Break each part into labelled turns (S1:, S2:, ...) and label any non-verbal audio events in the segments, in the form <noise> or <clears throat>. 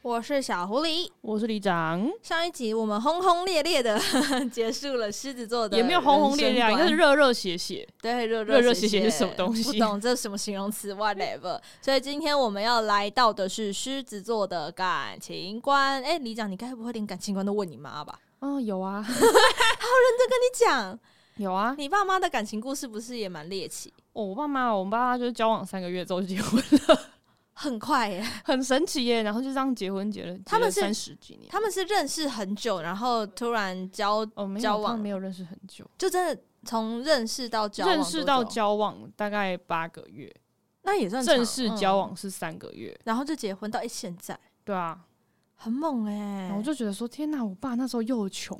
S1: 我是小狐狸。
S2: 我是李长，
S1: 上一集我们轰轰烈烈的 <laughs> 结束了狮子座的，
S2: 也没有轰轰烈烈啊，应该是
S1: 热
S2: 热热血血。
S1: 对热
S2: 热热
S1: 血
S2: 血血是什么东西
S1: 不懂这什么形容词 whatever。所以今天我们要来到的是狮子座的感情观。哎，李长，你该不会连感情观都问你妈吧？
S2: 嗯、
S1: <laughs>
S2: 有啊，
S1: 你讲，
S2: 有啊。
S1: 你爸妈的感情故事不是也蛮猎奇？
S2: 哦，我爸妈，我们爸妈就是交往三个月之后就结婚了， <laughs>
S1: 很快耶，
S2: 很神奇耶。然后就这样结婚结了，
S1: 他们是
S2: 三十几年。
S1: 他们是认识很久，然后突然交，
S2: 哦，没有，
S1: 交往
S2: 他们没有认识很久，
S1: 就真的从认识到交往，
S2: 认识到，交往大概八个月，
S1: 那也算长
S2: 正式交、
S1: 嗯
S2: 往是三个月。
S1: 然后就结婚到现在。
S2: 对啊，
S1: 很猛哎、
S2: 然后我就觉得说，天哪，我爸那时候又穷，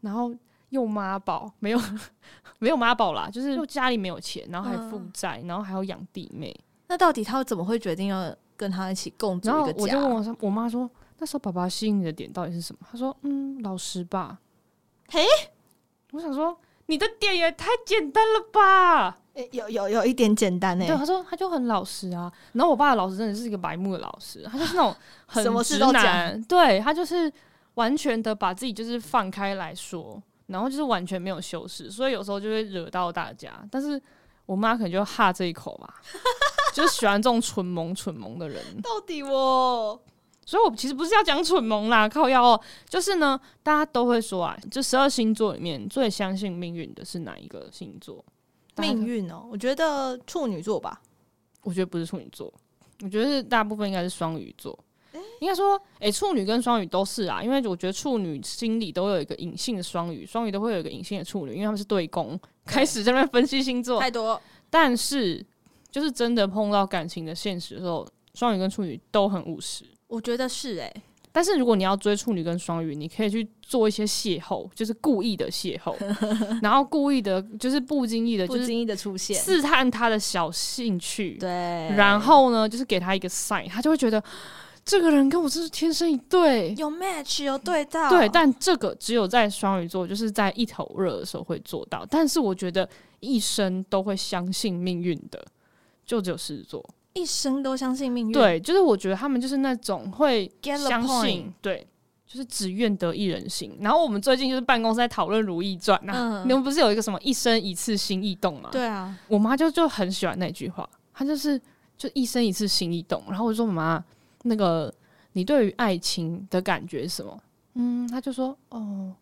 S2: 然后又妈宝，没有 <laughs> 没有妈宝啦，就是又家里没有钱，然后还负
S1: 嗯
S2: 债，然后还要养弟妹。
S1: 那到底他怎么会决定要跟他一起共组
S2: 然后
S1: 一个
S2: 我
S1: 家？
S2: 就问我说我妈说，那时候爸爸吸引你的点到底是什么？她说，嗯，老实吧。
S1: 嘿，
S2: 我想说你的点也太简单了吧？
S1: 诶欸有有有一点简单哎、
S2: 对，她说他就很老实啊。然后我爸的老实真的是一个白目的老实，他就是那
S1: <laughs>
S2: 种很
S1: 什么
S2: 直
S1: 事都讲
S2: 男，对他就是完全的把自己就是放开来说，然后就是完全没有修饰，所以有时候就会惹到大家。但是我妈可能就哈这一口吧， <laughs> 就是喜欢这种蠢萌蠢萌的人。
S1: 到底哦，
S2: 所以我其实不是要讲蠢萌啦，靠腰、哦，就是呢，大家都会说啊，这十二星座里面最相信命运的是哪一个星座？大家
S1: 命，运哦，我觉得处女座吧，
S2: 我觉得不是处女座，我觉得是大部分应该是双鱼座。应该说，诶、处女跟双鱼都是啊，因为我觉得处女心里都有一个隐性的双鱼，双鱼都会有一个隐性的处女，因为他们是对宫，开始在那边分析星座。
S1: 太多
S2: 但是，就是真的碰到感情的现实的时候，双鱼跟处女都很务实。
S1: 我觉得是哎、
S2: 但是如果你要追处女跟双鱼，你可以去做一些邂逅，就是故意的邂逅，然后故意的，就是不经意的，
S1: 不
S2: 就是
S1: 经意的出现，
S2: 试探他的小兴趣，
S1: 对，
S2: 然后呢，就是给他一个 sign，他就会觉得这个人跟我真是天生一对。
S1: 有 match 有对到，
S2: 对，但这个只有在双鱼座，就是在一头热的时候会做到。但是我觉得一生都会相信命运的，就只有狮子座。
S1: 一生都相信命运，
S2: 对，就是我觉得他们就是那种会
S1: Get the
S2: 相
S1: point
S2: 信，对，就是只愿得一人心。然后我们最近就是办公室在讨论《如懿传》
S1: 嗯
S2: 呐，你们不是有一个什么一生一次心意动吗？，
S1: 对啊，
S2: 我妈就就很喜欢那句话，她就是就一生一次心意动。然后我就说妈，那个你对于爱情的感觉是什么？嗯，她就说哦，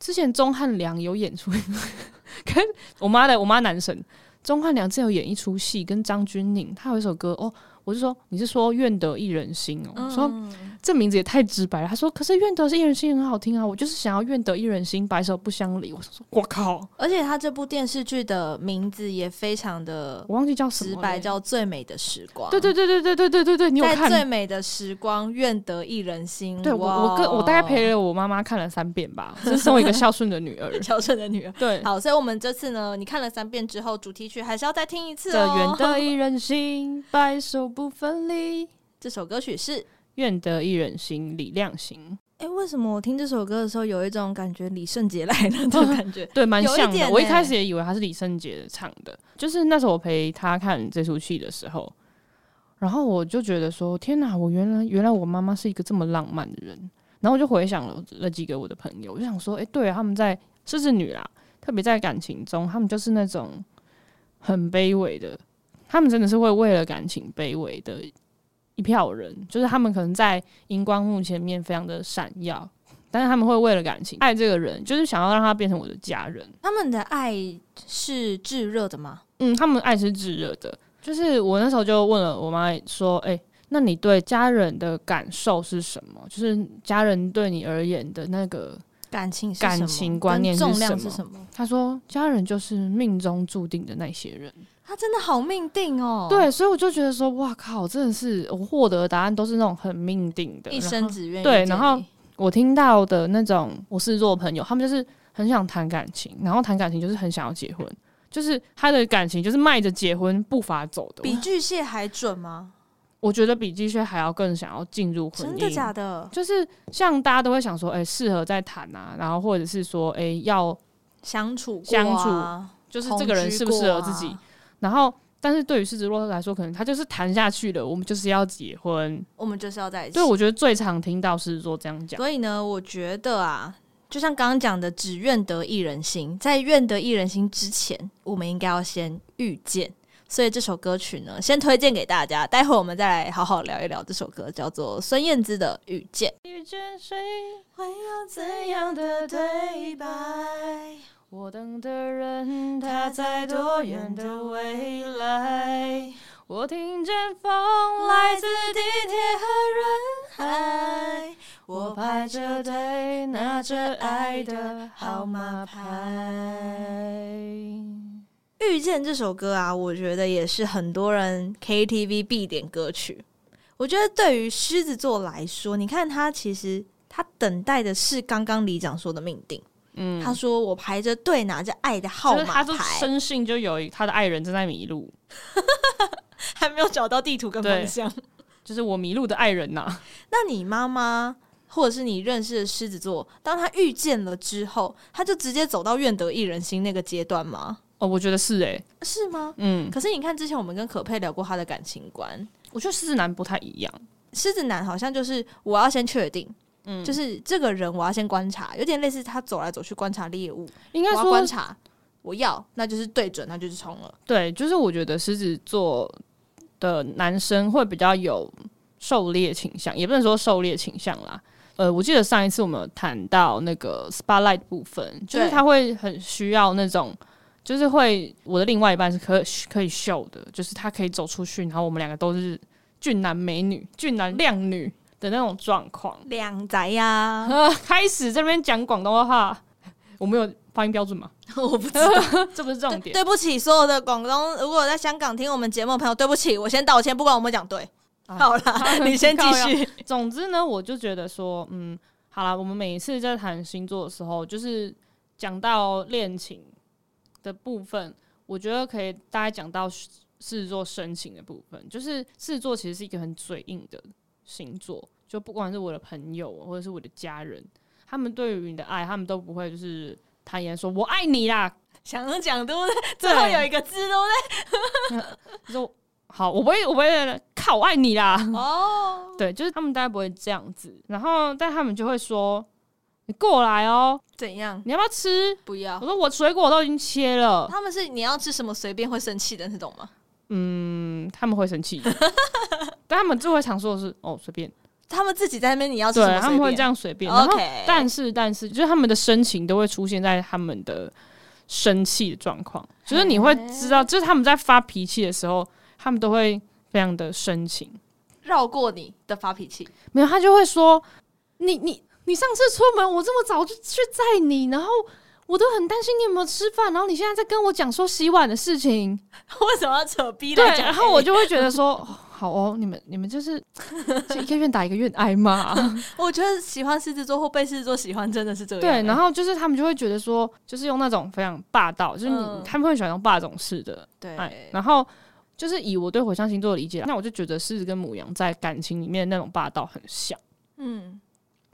S2: 之前钟汉良有演出， <laughs> 跟我妈的我妈男神钟汉良之前有演一出戏，跟张钧甯，他有一首歌哦。我就说你是说愿得一人心哦，我说
S1: 嗯
S2: 这名字也太直白了。他说可是愿得一人心很好听啊，我就是想要愿得一人心，白首不相离。我说我靠，
S1: 而且他这部电视剧的名字也非常的
S2: 我忘记叫什么
S1: 直
S2: 了
S1: 白，叫《最美的时光》，
S2: 对对对对对对对对对，你有
S1: 在最
S2: 看？
S1: 美的时光，愿得一人心。
S2: 对我
S1: 哇哦
S2: 我跟我大概陪了我妈妈看了三遍吧，这是身为一个孝顺
S1: <laughs>
S2: 的女儿。
S1: 孝顺的女儿。
S2: 对，
S1: 好，所以我们这次呢，你看了三遍之后，主题曲还是要再听一次
S2: 这
S1: 哦
S2: 愿。
S1: <laughs>
S2: 得一人心，白首不分离。
S1: 这首歌曲是，
S2: 愿得一人心，李亮行。
S1: 哎、为什么我听这首歌的时候有一种感觉李圣杰来了 <laughs> 的感觉？
S2: 对，蛮
S1: 有一
S2: 像的。
S1: 点
S2: 我一
S1: 欸
S2: 开始也以为他是李圣杰唱的，就是那时候我陪他看这出戏的时候，然后我就觉得说，天哪，我原来原来我妈妈是一个这么浪漫的人。然后我就回想了了几个我的朋友，我就想说，哎、对、啊，他们在狮子女啦，特别在感情中，他们就是那种很卑微的，他们真的是会为了感情卑微的一票人，就是他们可能在荧光幕前面非常的闪耀，但是他们会为了感情爱这个人，就是想要让他变成我的家人。
S1: 他们的爱是炙热的吗？
S2: 嗯，他们爱是炙热的。就是我那时候就问了我妈说：“哎、那你对家人的感受是什么？就是家人对你而言的那个
S1: 感情是什么
S2: 感情观念
S1: 跟
S2: 是
S1: 重量
S2: 什
S1: 是
S2: 么
S1: 什么？”
S2: 她说：“家人就是命中注定的那些人。
S1: 他真的好命定哦，，
S2: 对，所以我就觉得说：“哇靠，真的是我获得的答案都是那种很命定的。”
S1: 一生只愿意
S2: 对
S1: 见
S2: 然后
S1: 你
S2: 我听到的那种我狮子座的朋友，他们就是很想谈感情，然后谈感情就是很想要结婚，就是他的感情就是迈着结婚步伐走的。
S1: 比巨蟹还准吗？
S2: 我我觉得比巨蟹还要更想要进入婚姻，
S1: 真的假的？
S2: 就是像大家都会想说，哎、适合再谈啊，然后或者是说，哎、要
S1: 相处过啊啊
S2: 相处就是这个人适不适合自己，然后但是对于狮子座来说，可能他就是谈下去了，我们就是要结婚。
S1: 啊我们就是要在一起。
S2: 对，我觉得最常听到狮子座这样讲。
S1: 所以呢，我觉得啊，就像刚刚讲的，只愿得一人心，在愿得一人心之前，我们应该要先遇见。所以这首歌曲呢，先推荐给大家，待会我们再来好好聊一聊这首歌，叫做孙燕姿的《遇见》。
S2: 遇见谁
S1: 会有
S2: 怎样的对白？我等的人他在多远的未来？我听见风来自地铁和人海，我排着队拿着爱的号码牌。
S1: 遇见这首歌啊，我觉得也是很多人 KTV 必点歌曲。我觉得对于狮子座来说，你看他其实他等待的是刚刚李长说的命定。
S2: 嗯，
S1: 他说：“我排着队拿着爱的号
S2: 就是
S1: 码
S2: 他就
S1: 牌，
S2: 深信就有一他的爱人正在迷路，
S1: 还没有找到地图跟方
S2: 对
S1: 向。
S2: 就是我迷路的爱人呐、
S1: 那你妈妈或者是你认识的狮子座，当他遇见了之后，他就直接走到愿得一人心那个阶段吗？
S2: 哦，我觉得是诶、
S1: 是吗？
S2: 嗯，
S1: 可是你看，之前我们跟可佩聊过他的感情观，
S2: 我觉得狮子男不太一样。
S1: 狮子男好像就是我要先确定，
S2: 嗯
S1: 就是这个人我要先观察，有点类似他走来走去观察猎物，
S2: 应该
S1: 我要
S2: 说
S1: 观察，我要，那就是对准，那就是冲了。
S2: 对，就是我觉得狮子座的男生会比较有狩猎倾向，也不能说狩猎倾向啦。呃，我记得上一次我们有谈到那个 spotlight 部分，就是
S1: 对
S2: 他会很需要那种，就是会我的另外一半是可可以秀的，就是他可以走出去，然后我们两个都是俊男美女、俊男靓女的那种状况。
S1: 两宅呀，
S2: 呃， <laughs> 开始这边讲广东话，我没有发音标准嘛，
S1: <laughs>
S2: <laughs>
S1: 我不知道。
S2: 这不是重
S1: 对
S2: 点。
S1: 对不起，所有的广东，如果在香港听我们节目的朋友，对不起，我先道歉，不管我们讲 <laughs> 对。
S2: 啊
S1: 好啦，你先继续。
S2: 总之呢，我就觉得说，嗯，好啦，我们每一次在谈星座的时候，就是讲到恋情的部分，我觉得可以大概讲到狮狮子座深情的部分，就是狮子座其实是一个很嘴硬的星座，就不管是我的朋友或者是我的家人，他们对于你的爱，他们都不会就是坦言说我爱你啦，
S1: 想讲对不对？最后有一个字对不
S2: 就说好，我不会，我不会靠我爱你啦，
S1: 对？哦，
S2: 对，就是他们大概不会这样子，然后但他们就会说。你过来哦，
S1: 怎样？
S2: 你要不要吃？
S1: 不
S2: 我
S1: 要。
S2: 说我水果都已经切了，
S1: 他们是你要吃什么随便会生气的那种吗？
S2: 嗯，他们会
S1: <laughs>
S2: 生气，但他们最会常说的是哦随便，
S1: 他们自己在那边你要吃
S2: 对
S1: 什么随便？
S2: 他们会这样随便，然后
S1: OK
S2: 但是但是就是他们的深情都会出现在他们的生气的状况，就是你会知
S1: 哎
S2: 道，就是他们在发脾气的时候，他们都会非常的深情，
S1: 绕过你的发脾气。
S2: 没有他就会说你你你上次出门我这么早就去载你，然后。我都很担心你有没有吃饭，然后你现在在跟我讲说洗碗的事情，
S1: <laughs> 为什么要扯逼
S2: 对
S1: 来，讲？
S2: 然后我就会觉得说， <laughs> 哦好哦，你们你们就是就一个愿打一个愿
S1: <laughs>
S2: 挨嘛。
S1: 我觉得喜欢狮子座或被狮子座喜欢真的是这样。
S2: 对，然后就是他们就会觉得说，就是用那种非常霸道，就是你、
S1: 嗯
S2: 他们会喜欢用霸总式的爱
S1: 对。，
S2: 然后就是以我对火象星座的理解，那我就觉得狮子跟母羊在感情里面那种霸道很像。
S1: 嗯，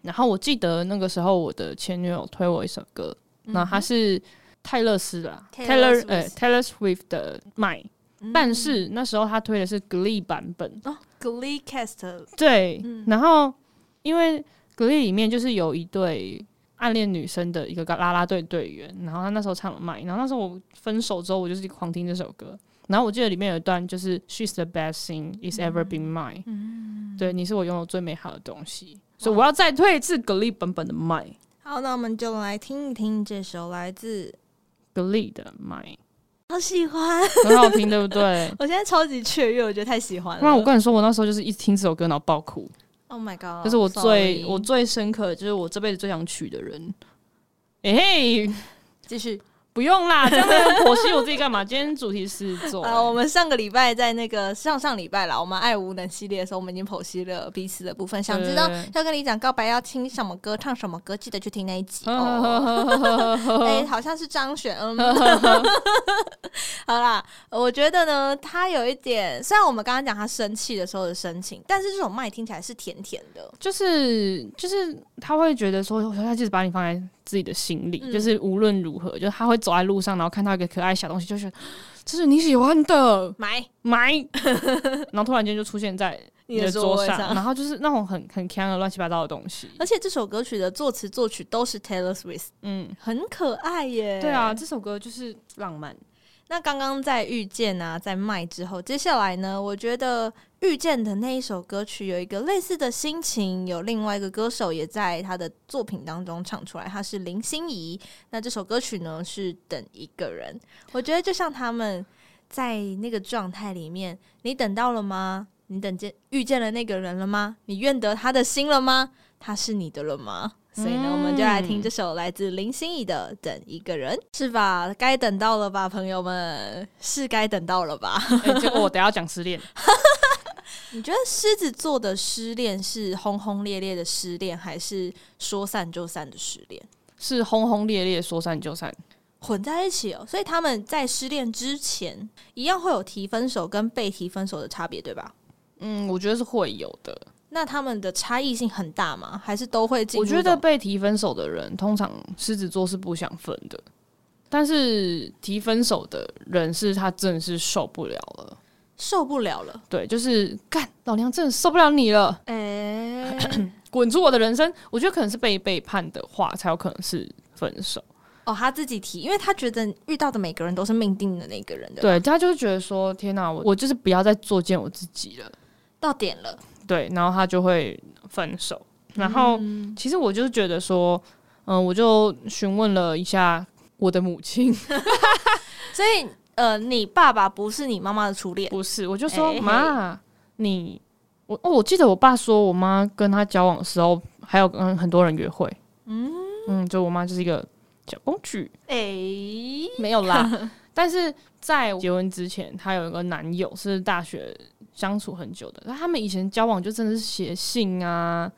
S2: 然后我记得那个时候我的前女友推我一首歌，那她是泰勒斯的啊
S1: 嗯 Taylor
S2: Taylor 呃 Taylor Swift 的 My，
S1: 嗯
S2: 但是那时候她推的是 Glee 版本。
S1: 哦，Glee Cast
S2: 对，
S1: 嗯
S2: 然后因为《格力》里面就是有一对暗恋女生的一个啦啦队队员，然后他那时候唱了《麦》，然后那时候我分手之后，我就是狂听这首歌。然后我记得里面有一段就是 "She's the best thing is ever been
S1: 嗯
S2: mine"，、对，你是我拥有最美好的东西，所以我要再推一次格力本本的 "my"，
S1: 好，那我们就来听一听这首来自
S2: 格力的 "my"， <laughs>
S1: 好喜欢， <laughs>
S2: 很好听，对不对？
S1: 我现在超级雀跃，我觉得太喜欢了。
S2: 那我跟你说，我那时候就是一直听这首歌，然后爆哭，
S1: Oh my god，
S2: 这是我最
S1: sorry
S2: 我最深刻的，就是我这辈子最想娶的人。哎、嘿，
S1: 继续
S2: 不
S1: <laughs>
S2: 用啦，这样在剖析我自己干嘛？今天主题是做、
S1: 啊、我们上个礼拜在那个上上礼拜啦，我们爱无能系列的时候，我们已经剖析了彼此的部分。想知道
S2: 对
S1: 要跟你讲告白要听什么歌、唱什么歌，记得去听那一 <laughs> 集哦。
S2: <laughs>
S1: 哎、
S2: 哦，
S1: 好像是张悬， <laughs> 嗯，好啦，我觉得呢，他有一点，虽然我们刚刚讲他生气的时候的深情，但是这种麦听起来是甜甜的，
S2: 就是就是他会觉得说，他就是把你放在自己的心里，
S1: 嗯
S2: 就是无论如何，就是他会走在路上，然后看到一个可爱小东西，就是这是你喜欢的，
S1: 买
S2: 买。
S1: <laughs>
S2: 然后突然间就出现在
S1: 你
S2: 的
S1: 的
S2: 桌
S1: 位
S2: 然后就是那种很很坑的乱七八糟的东西。
S1: 而且这首歌曲的作词作曲都是 Taylor Swift，
S2: 嗯，
S1: 很可爱耶。
S2: 对啊，，这首歌就是浪漫。
S1: 那刚刚在遇见啊，在麦之后，接下来呢，我觉得遇见的那一首歌曲有一个类似的心情，有另外一个歌手也在他的作品当中唱出来，他是林心怡。那这首歌曲呢是《等一个人》，我觉得就像他们在那个状态里面，你等到了吗？你等见遇见了那个人了吗？你愿得他的心了吗？他是你的了吗？所以呢，
S2: 嗯
S1: 我们就来听这首来自林心怡的《等一个人》，是吧？该等到了吧，朋友们，是该等到了吧？
S2: <laughs> 哎，结果我等一下要讲失恋，
S1: 你觉得狮子座的失恋是轰轰烈烈的失恋，还是说散就散的失恋？
S2: 是轰轰烈烈，说散就散。
S1: 混在一起哦，所以他们在失恋之前一样会有提分手跟被提分手的差别，对吧？
S2: 嗯，我觉得是会有的。
S1: 那他们的差异性很大吗？还是都会进入
S2: 我
S1: 这种？
S2: 觉得被提分手的人，通常狮子座是不想分的，但是提分手的人是他真的是受不了了。
S1: 受不了了。
S2: 对，就是干，老娘真的受不了你了，
S1: 哎、
S2: 滚出我的人生。我觉得可能是被背叛的话，才有可能是分手。
S1: <clears throat> 哦，他自己提，因为他觉得遇到的每个人都是命定的那个人的，，
S2: 对，他就是觉得说，天哪、我我就是不要再作践我自己了。
S1: 到点了，
S2: 对，然后他就会分手。然后、
S1: 嗯
S2: 其实我就是觉得说，嗯、我就询问了一下我的母亲，
S1: 所以呃，你爸爸不是你妈妈的初恋，
S2: 不是，我就说
S1: 哎嘿
S2: 妈，你我哦，我记得我爸说我妈跟他交往的时候，还有跟很多人约会。嗯嗯，就我妈就是一个小公举，
S1: 哎、
S2: 没有
S1: <laughs>
S2: 啦。但是在结婚之前，她有一个男友是大学相处很久的，那他们以前交往就真的是写信啊，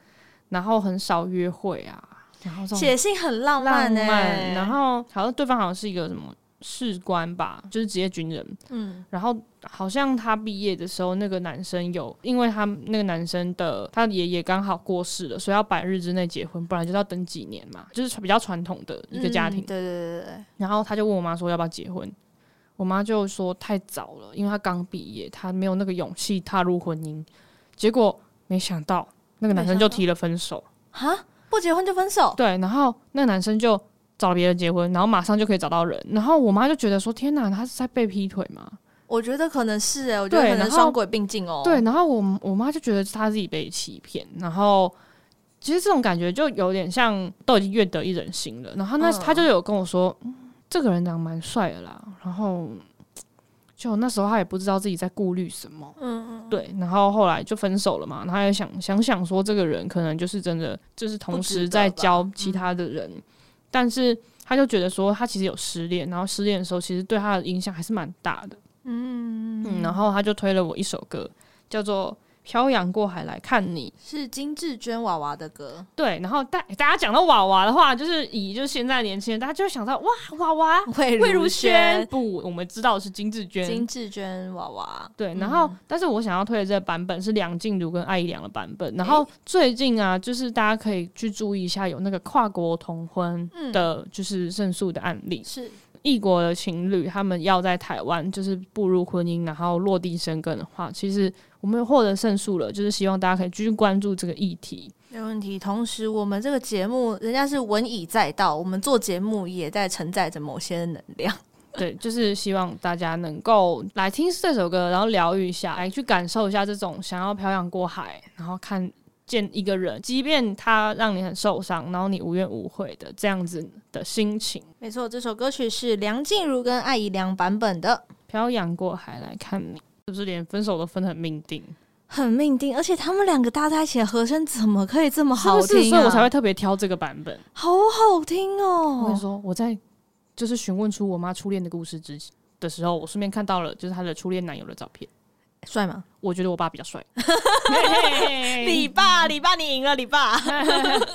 S2: 然后很少约会啊，然后这种
S1: 写信很浪欸
S2: 浪
S1: 呢、
S2: 漫，然后好像对方好像是一个什么士官吧，就是职业军人。
S1: 嗯，
S2: 然后好像他毕业的时候，那个男生有，因为他那个男生的他爷爷刚好过世了，所以要百日之内结婚，不然就是要等几年嘛，就是比较传统的一个家庭。
S1: 嗯对对对对
S2: 然后他就问我妈说要不要结婚，我妈就说太早了，因为她刚毕业，她没有那个勇气踏入婚姻。结果没想到哦那个男生就提了分手，
S1: 哈，不结婚就分手，
S2: 对，然后那个男生就找别人结婚，然后马上就可以找到人。然后我妈就觉得说天哪，他是在被劈腿吗？
S1: 我觉得可能是哎、我觉得
S2: 对
S1: 可能
S2: 然后
S1: 双轨并进哦、
S2: 对，，然后我我妈就觉得是她自己被欺骗，然后其实这种感觉就有点像都已经愿得一人心了。然后那
S1: 嗯
S2: 她就有跟我说，嗯这个人长得蛮帅的啦。然后就那时候她也不知道自己在顾虑什么，
S1: 嗯嗯，
S2: 对。然后后来就分手了嘛。然后她也想想想说，这个人可能就是真的就是同
S1: 值
S2: 时
S1: 得
S2: 在
S1: 吧嗯
S2: 教其他的人，但是她就觉得说她其实有失恋，然后失恋的时候其实对她的影响还是蛮大的。嗯，然后他就推了我一首歌，叫做《漂洋过海来看你》。
S1: 是金志娟娃娃的歌，
S2: 对，然后大大家讲到娃娃的话，就是以就是现在年轻人，大家就会想到哇，娃娃
S1: <laughs> 魏
S2: 魏如萱
S1: 萱，
S2: 不，我们知道是金志娟。
S1: 金志娟娃娃，
S2: 对，然后、但是我想要推的这个版本是梁静茹跟艾怡良的版本。然后最近啊，就是大家可以去注意一下，有那个跨国同婚
S1: 嗯
S2: 的，就是胜诉的案例。
S1: 是
S2: 异国的情侣他们要在台湾就是步入婚姻，然后落地生根的话，其实我们获得胜诉了，就是希望大家可以继续关注这个议题。
S1: 没问题。同时，我们这个节目人家是文以载道，我们做节目也在承载着某些能量。
S2: 对，就是希望大家能够来听这首歌，然后疗愈一下，来去感受一下这种想要漂洋过海，然后看见一个人，即便他让你很受伤，然后你无怨无悔的这样子的心情。
S1: <laughs> 没错，这首歌曲是梁静茹跟艾怡良版本的，
S2: 漂洋过海来看你，是不是连分手都分得很命定？
S1: 很命定，而且他们两个搭在一起的和声怎么可以这么好
S2: 是不是
S1: 听
S2: 所以
S1: 啊？
S2: 我才会特别挑这个版本。
S1: 好好听
S2: 我跟你
S1: 哦！
S2: 说，我在就是询问出我妈初恋的故事之的时候，我顺便看到了就是她的初恋男友的照片。
S1: 帅吗？
S2: 我觉得我爸比
S1: <laughs>
S2: 较帅，
S1: 你爸，你爸，啊你赢了，你爸， <laughs>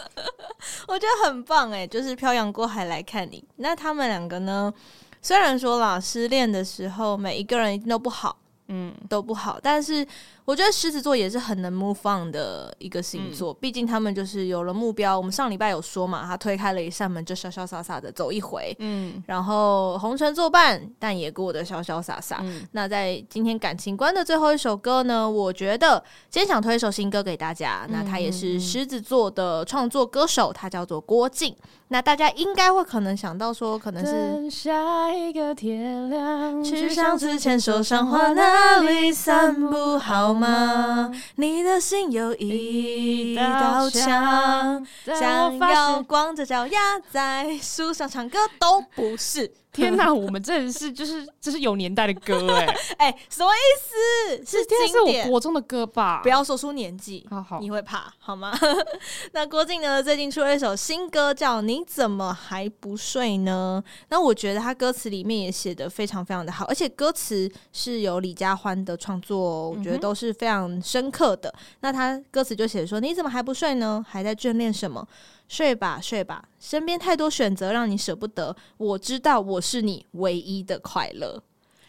S1: 我觉得很棒哎，就是漂洋过海来看你。那他们两个呢？虽然说啦，失恋的时候每一个人一定都不好，
S2: 嗯，
S1: 都不好，但是我觉得狮子座也是很能 move on 的一个星
S2: 嗯
S1: 座，毕竟他们就是有了目标。我们上礼拜有说嘛，他推开了一扇门，就潇潇洒洒的走一回。
S2: 嗯，
S1: 然后红尘作伴，但也过得潇潇洒洒。
S2: 嗯
S1: 那在今天感情观的最后一首歌呢，我觉得今天想推一首新歌给大
S2: 嗯
S1: 家。那他也是狮子座的创作歌手，他叫做郭靖。那大家应该会可能想到说，可能是。
S2: 等下一个天亮，
S1: 去上次牵手赏花那里散步好吗？你的心有一道墙，想要光着脚丫在树上唱歌都不是。
S2: 天哪，我们真的是就是 <laughs> 这是有年代的歌哎、
S1: <laughs> 哎、什么意思？ <laughs> 是
S2: 这天
S1: 经
S2: 是
S1: 典
S2: 我。国中的歌吧？
S1: 不，要说出年纪，
S2: 好好
S1: 你会怕好吗？ <laughs> 那郭靖呢？最近出了一首新歌，叫《你怎么还不睡呢》。那我觉得他歌词里面也写的非常非常的好，而且歌词是由李佳欢的创作哦、我觉得都是非常深刻的。那他歌词就写说：“你怎么还不睡呢？还在眷恋什么？睡吧，睡吧，身边太多选择让你舍不得。我知道我是你唯一的快乐，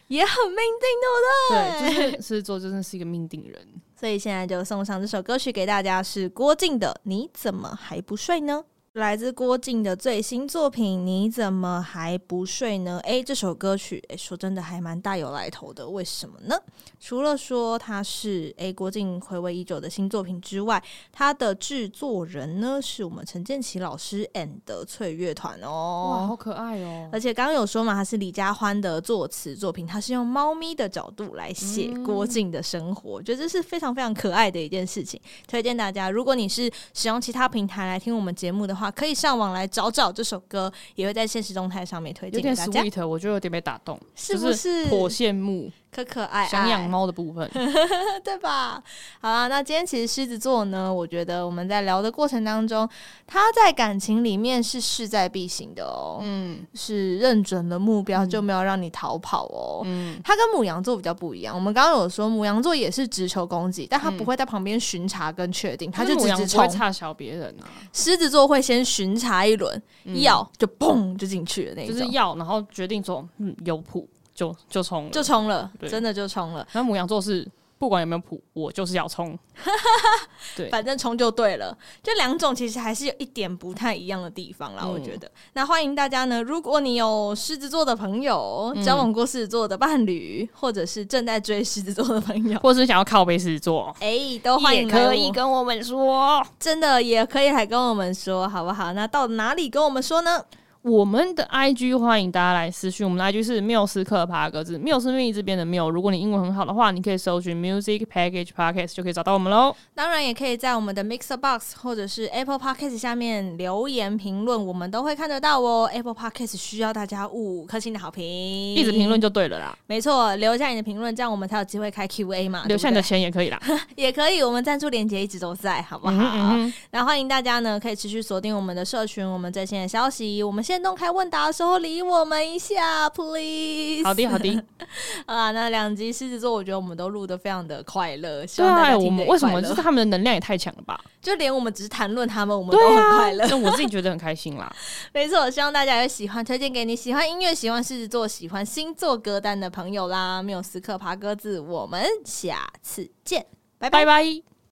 S1: 也很命定，对不对？
S2: 对，就是狮子座真的是一个命定人。
S1: 所以现在就送上这首歌曲给大家，是郭靖的《你怎么还不睡呢》。来自郭靖的最新作品《你怎么还不睡呢》。诶，这首歌曲，诶，说真的还蛮大有来头的。为什么呢？除了说它是诶郭靖回味已久的新作品之外，它的制作人呢是我们陈建奇老师 and 翠乐团
S2: 哇，好
S1: 哦。
S2: 可爱哦、
S1: 而且刚刚有说嘛，它是李佳欢的作词作品，它是用猫咪的角度来写
S2: 嗯
S1: 郭靖的生活，我觉得这是非常非常可爱的一件事情。推荐大家，如果你是使用其他平台来听我们节目的话，可以上网来找找这首歌，也会在现实动态上面推
S2: 有
S1: 荐给
S2: 点
S1: 大家，
S2: sweet，我就有点被打动，
S1: 是
S2: 就
S1: 不
S2: 是
S1: 是？
S2: 颇羡慕
S1: 可可爱爱，
S2: 想养猫的部分。
S1: 对吧？好啦，那今天其实狮子座呢，我觉得我们在聊的过程当中，他在感情里面是势在必行的哦，
S2: 嗯
S1: 是认准了目标就没有让你逃跑哦。
S2: 嗯，
S1: 他跟母羊座比较不一样，我们刚刚有说母羊座也是直球攻击，但他
S2: 嗯
S1: 不会在旁边巡查跟确定，他就
S2: 是
S1: <laughs>
S2: 母
S1: 直
S2: 羊
S1: 直
S2: 不会
S1: 冲。
S2: 差小别人啊，
S1: 狮子座会先巡查一轮，
S2: 嗯
S1: 要就砰就进去的那一
S2: 就
S1: 种，
S2: 是要，然后决定说嗯有谱就就冲了，
S1: 就冲了，
S2: 对
S1: 真的就冲了，
S2: 那母羊座是不管有没有谱，我就是要冲。对
S1: 反正冲就对了。这两种其实还是有一点不太一样的地方啦，
S2: 嗯
S1: 我觉得。那欢迎大家呢，如果你有狮子座的朋友，交往过狮子座的伴侣，或者是正在追狮子座的朋友。
S2: 或是想要靠背狮子座，
S1: <laughs> 哎、都欢迎
S2: 也
S1: 来
S2: 可以
S1: 我
S2: 跟我们说。
S1: 真的也可以来跟我们说，好不好？那到哪里跟我们说呢？
S2: 我们的 IG 欢迎大家来私讯，我们的 IG 是缪斯克爬格子，缪是密这边的缪。如果你英文很好的话，你可以搜寻 Music Package Podcast 就可以找到我们喽。
S1: 当然也可以在我们的 Mixer Box 或者是 Apple Podcast 下面留言评论，我们都会看得到哦。Apple Podcast 需要大家五颗星的好评，一
S2: 一直评论，就对了啦，
S1: 没错，留下你的评论，这样我们才有机会开 Q&A 嘛。
S2: 嗯留下
S1: 啊
S2: 你
S1: 对 <laughs>
S2: 的
S1: 不
S2: 钱也可以啦。
S1: 对也可以，我们赞助链接一直都在，好不好？
S2: 嗯哼嗯哼
S1: 那欢迎大家呢，可以持续锁定我们的社群，我们最新的消息，我们现动开问答的时候理我们一下，please。
S2: 好
S1: <laughs>
S2: 的好的，
S1: 啊，那两集狮子座，我觉得我们都录得非常的快乐，希
S2: 对
S1: 望大
S2: 啊，
S1: 家
S2: 我
S1: 听得
S2: 们
S1: 也
S2: 为什
S1: 快
S2: 么
S1: 乐
S2: 就是他们的能量也太强了吧？
S1: 就连我们只是谈论他们，我们
S2: 对
S1: 都很
S2: 啊 <laughs>
S1: 快乐。，
S2: 那我自己觉得很开心啦。
S1: 没错，希望大家也喜欢，推荐给你喜欢音乐、喜欢狮子座、喜欢星座歌单的朋友啦。缪斯克爬鸽子，我们下次见，拜拜
S2: 拜。拜。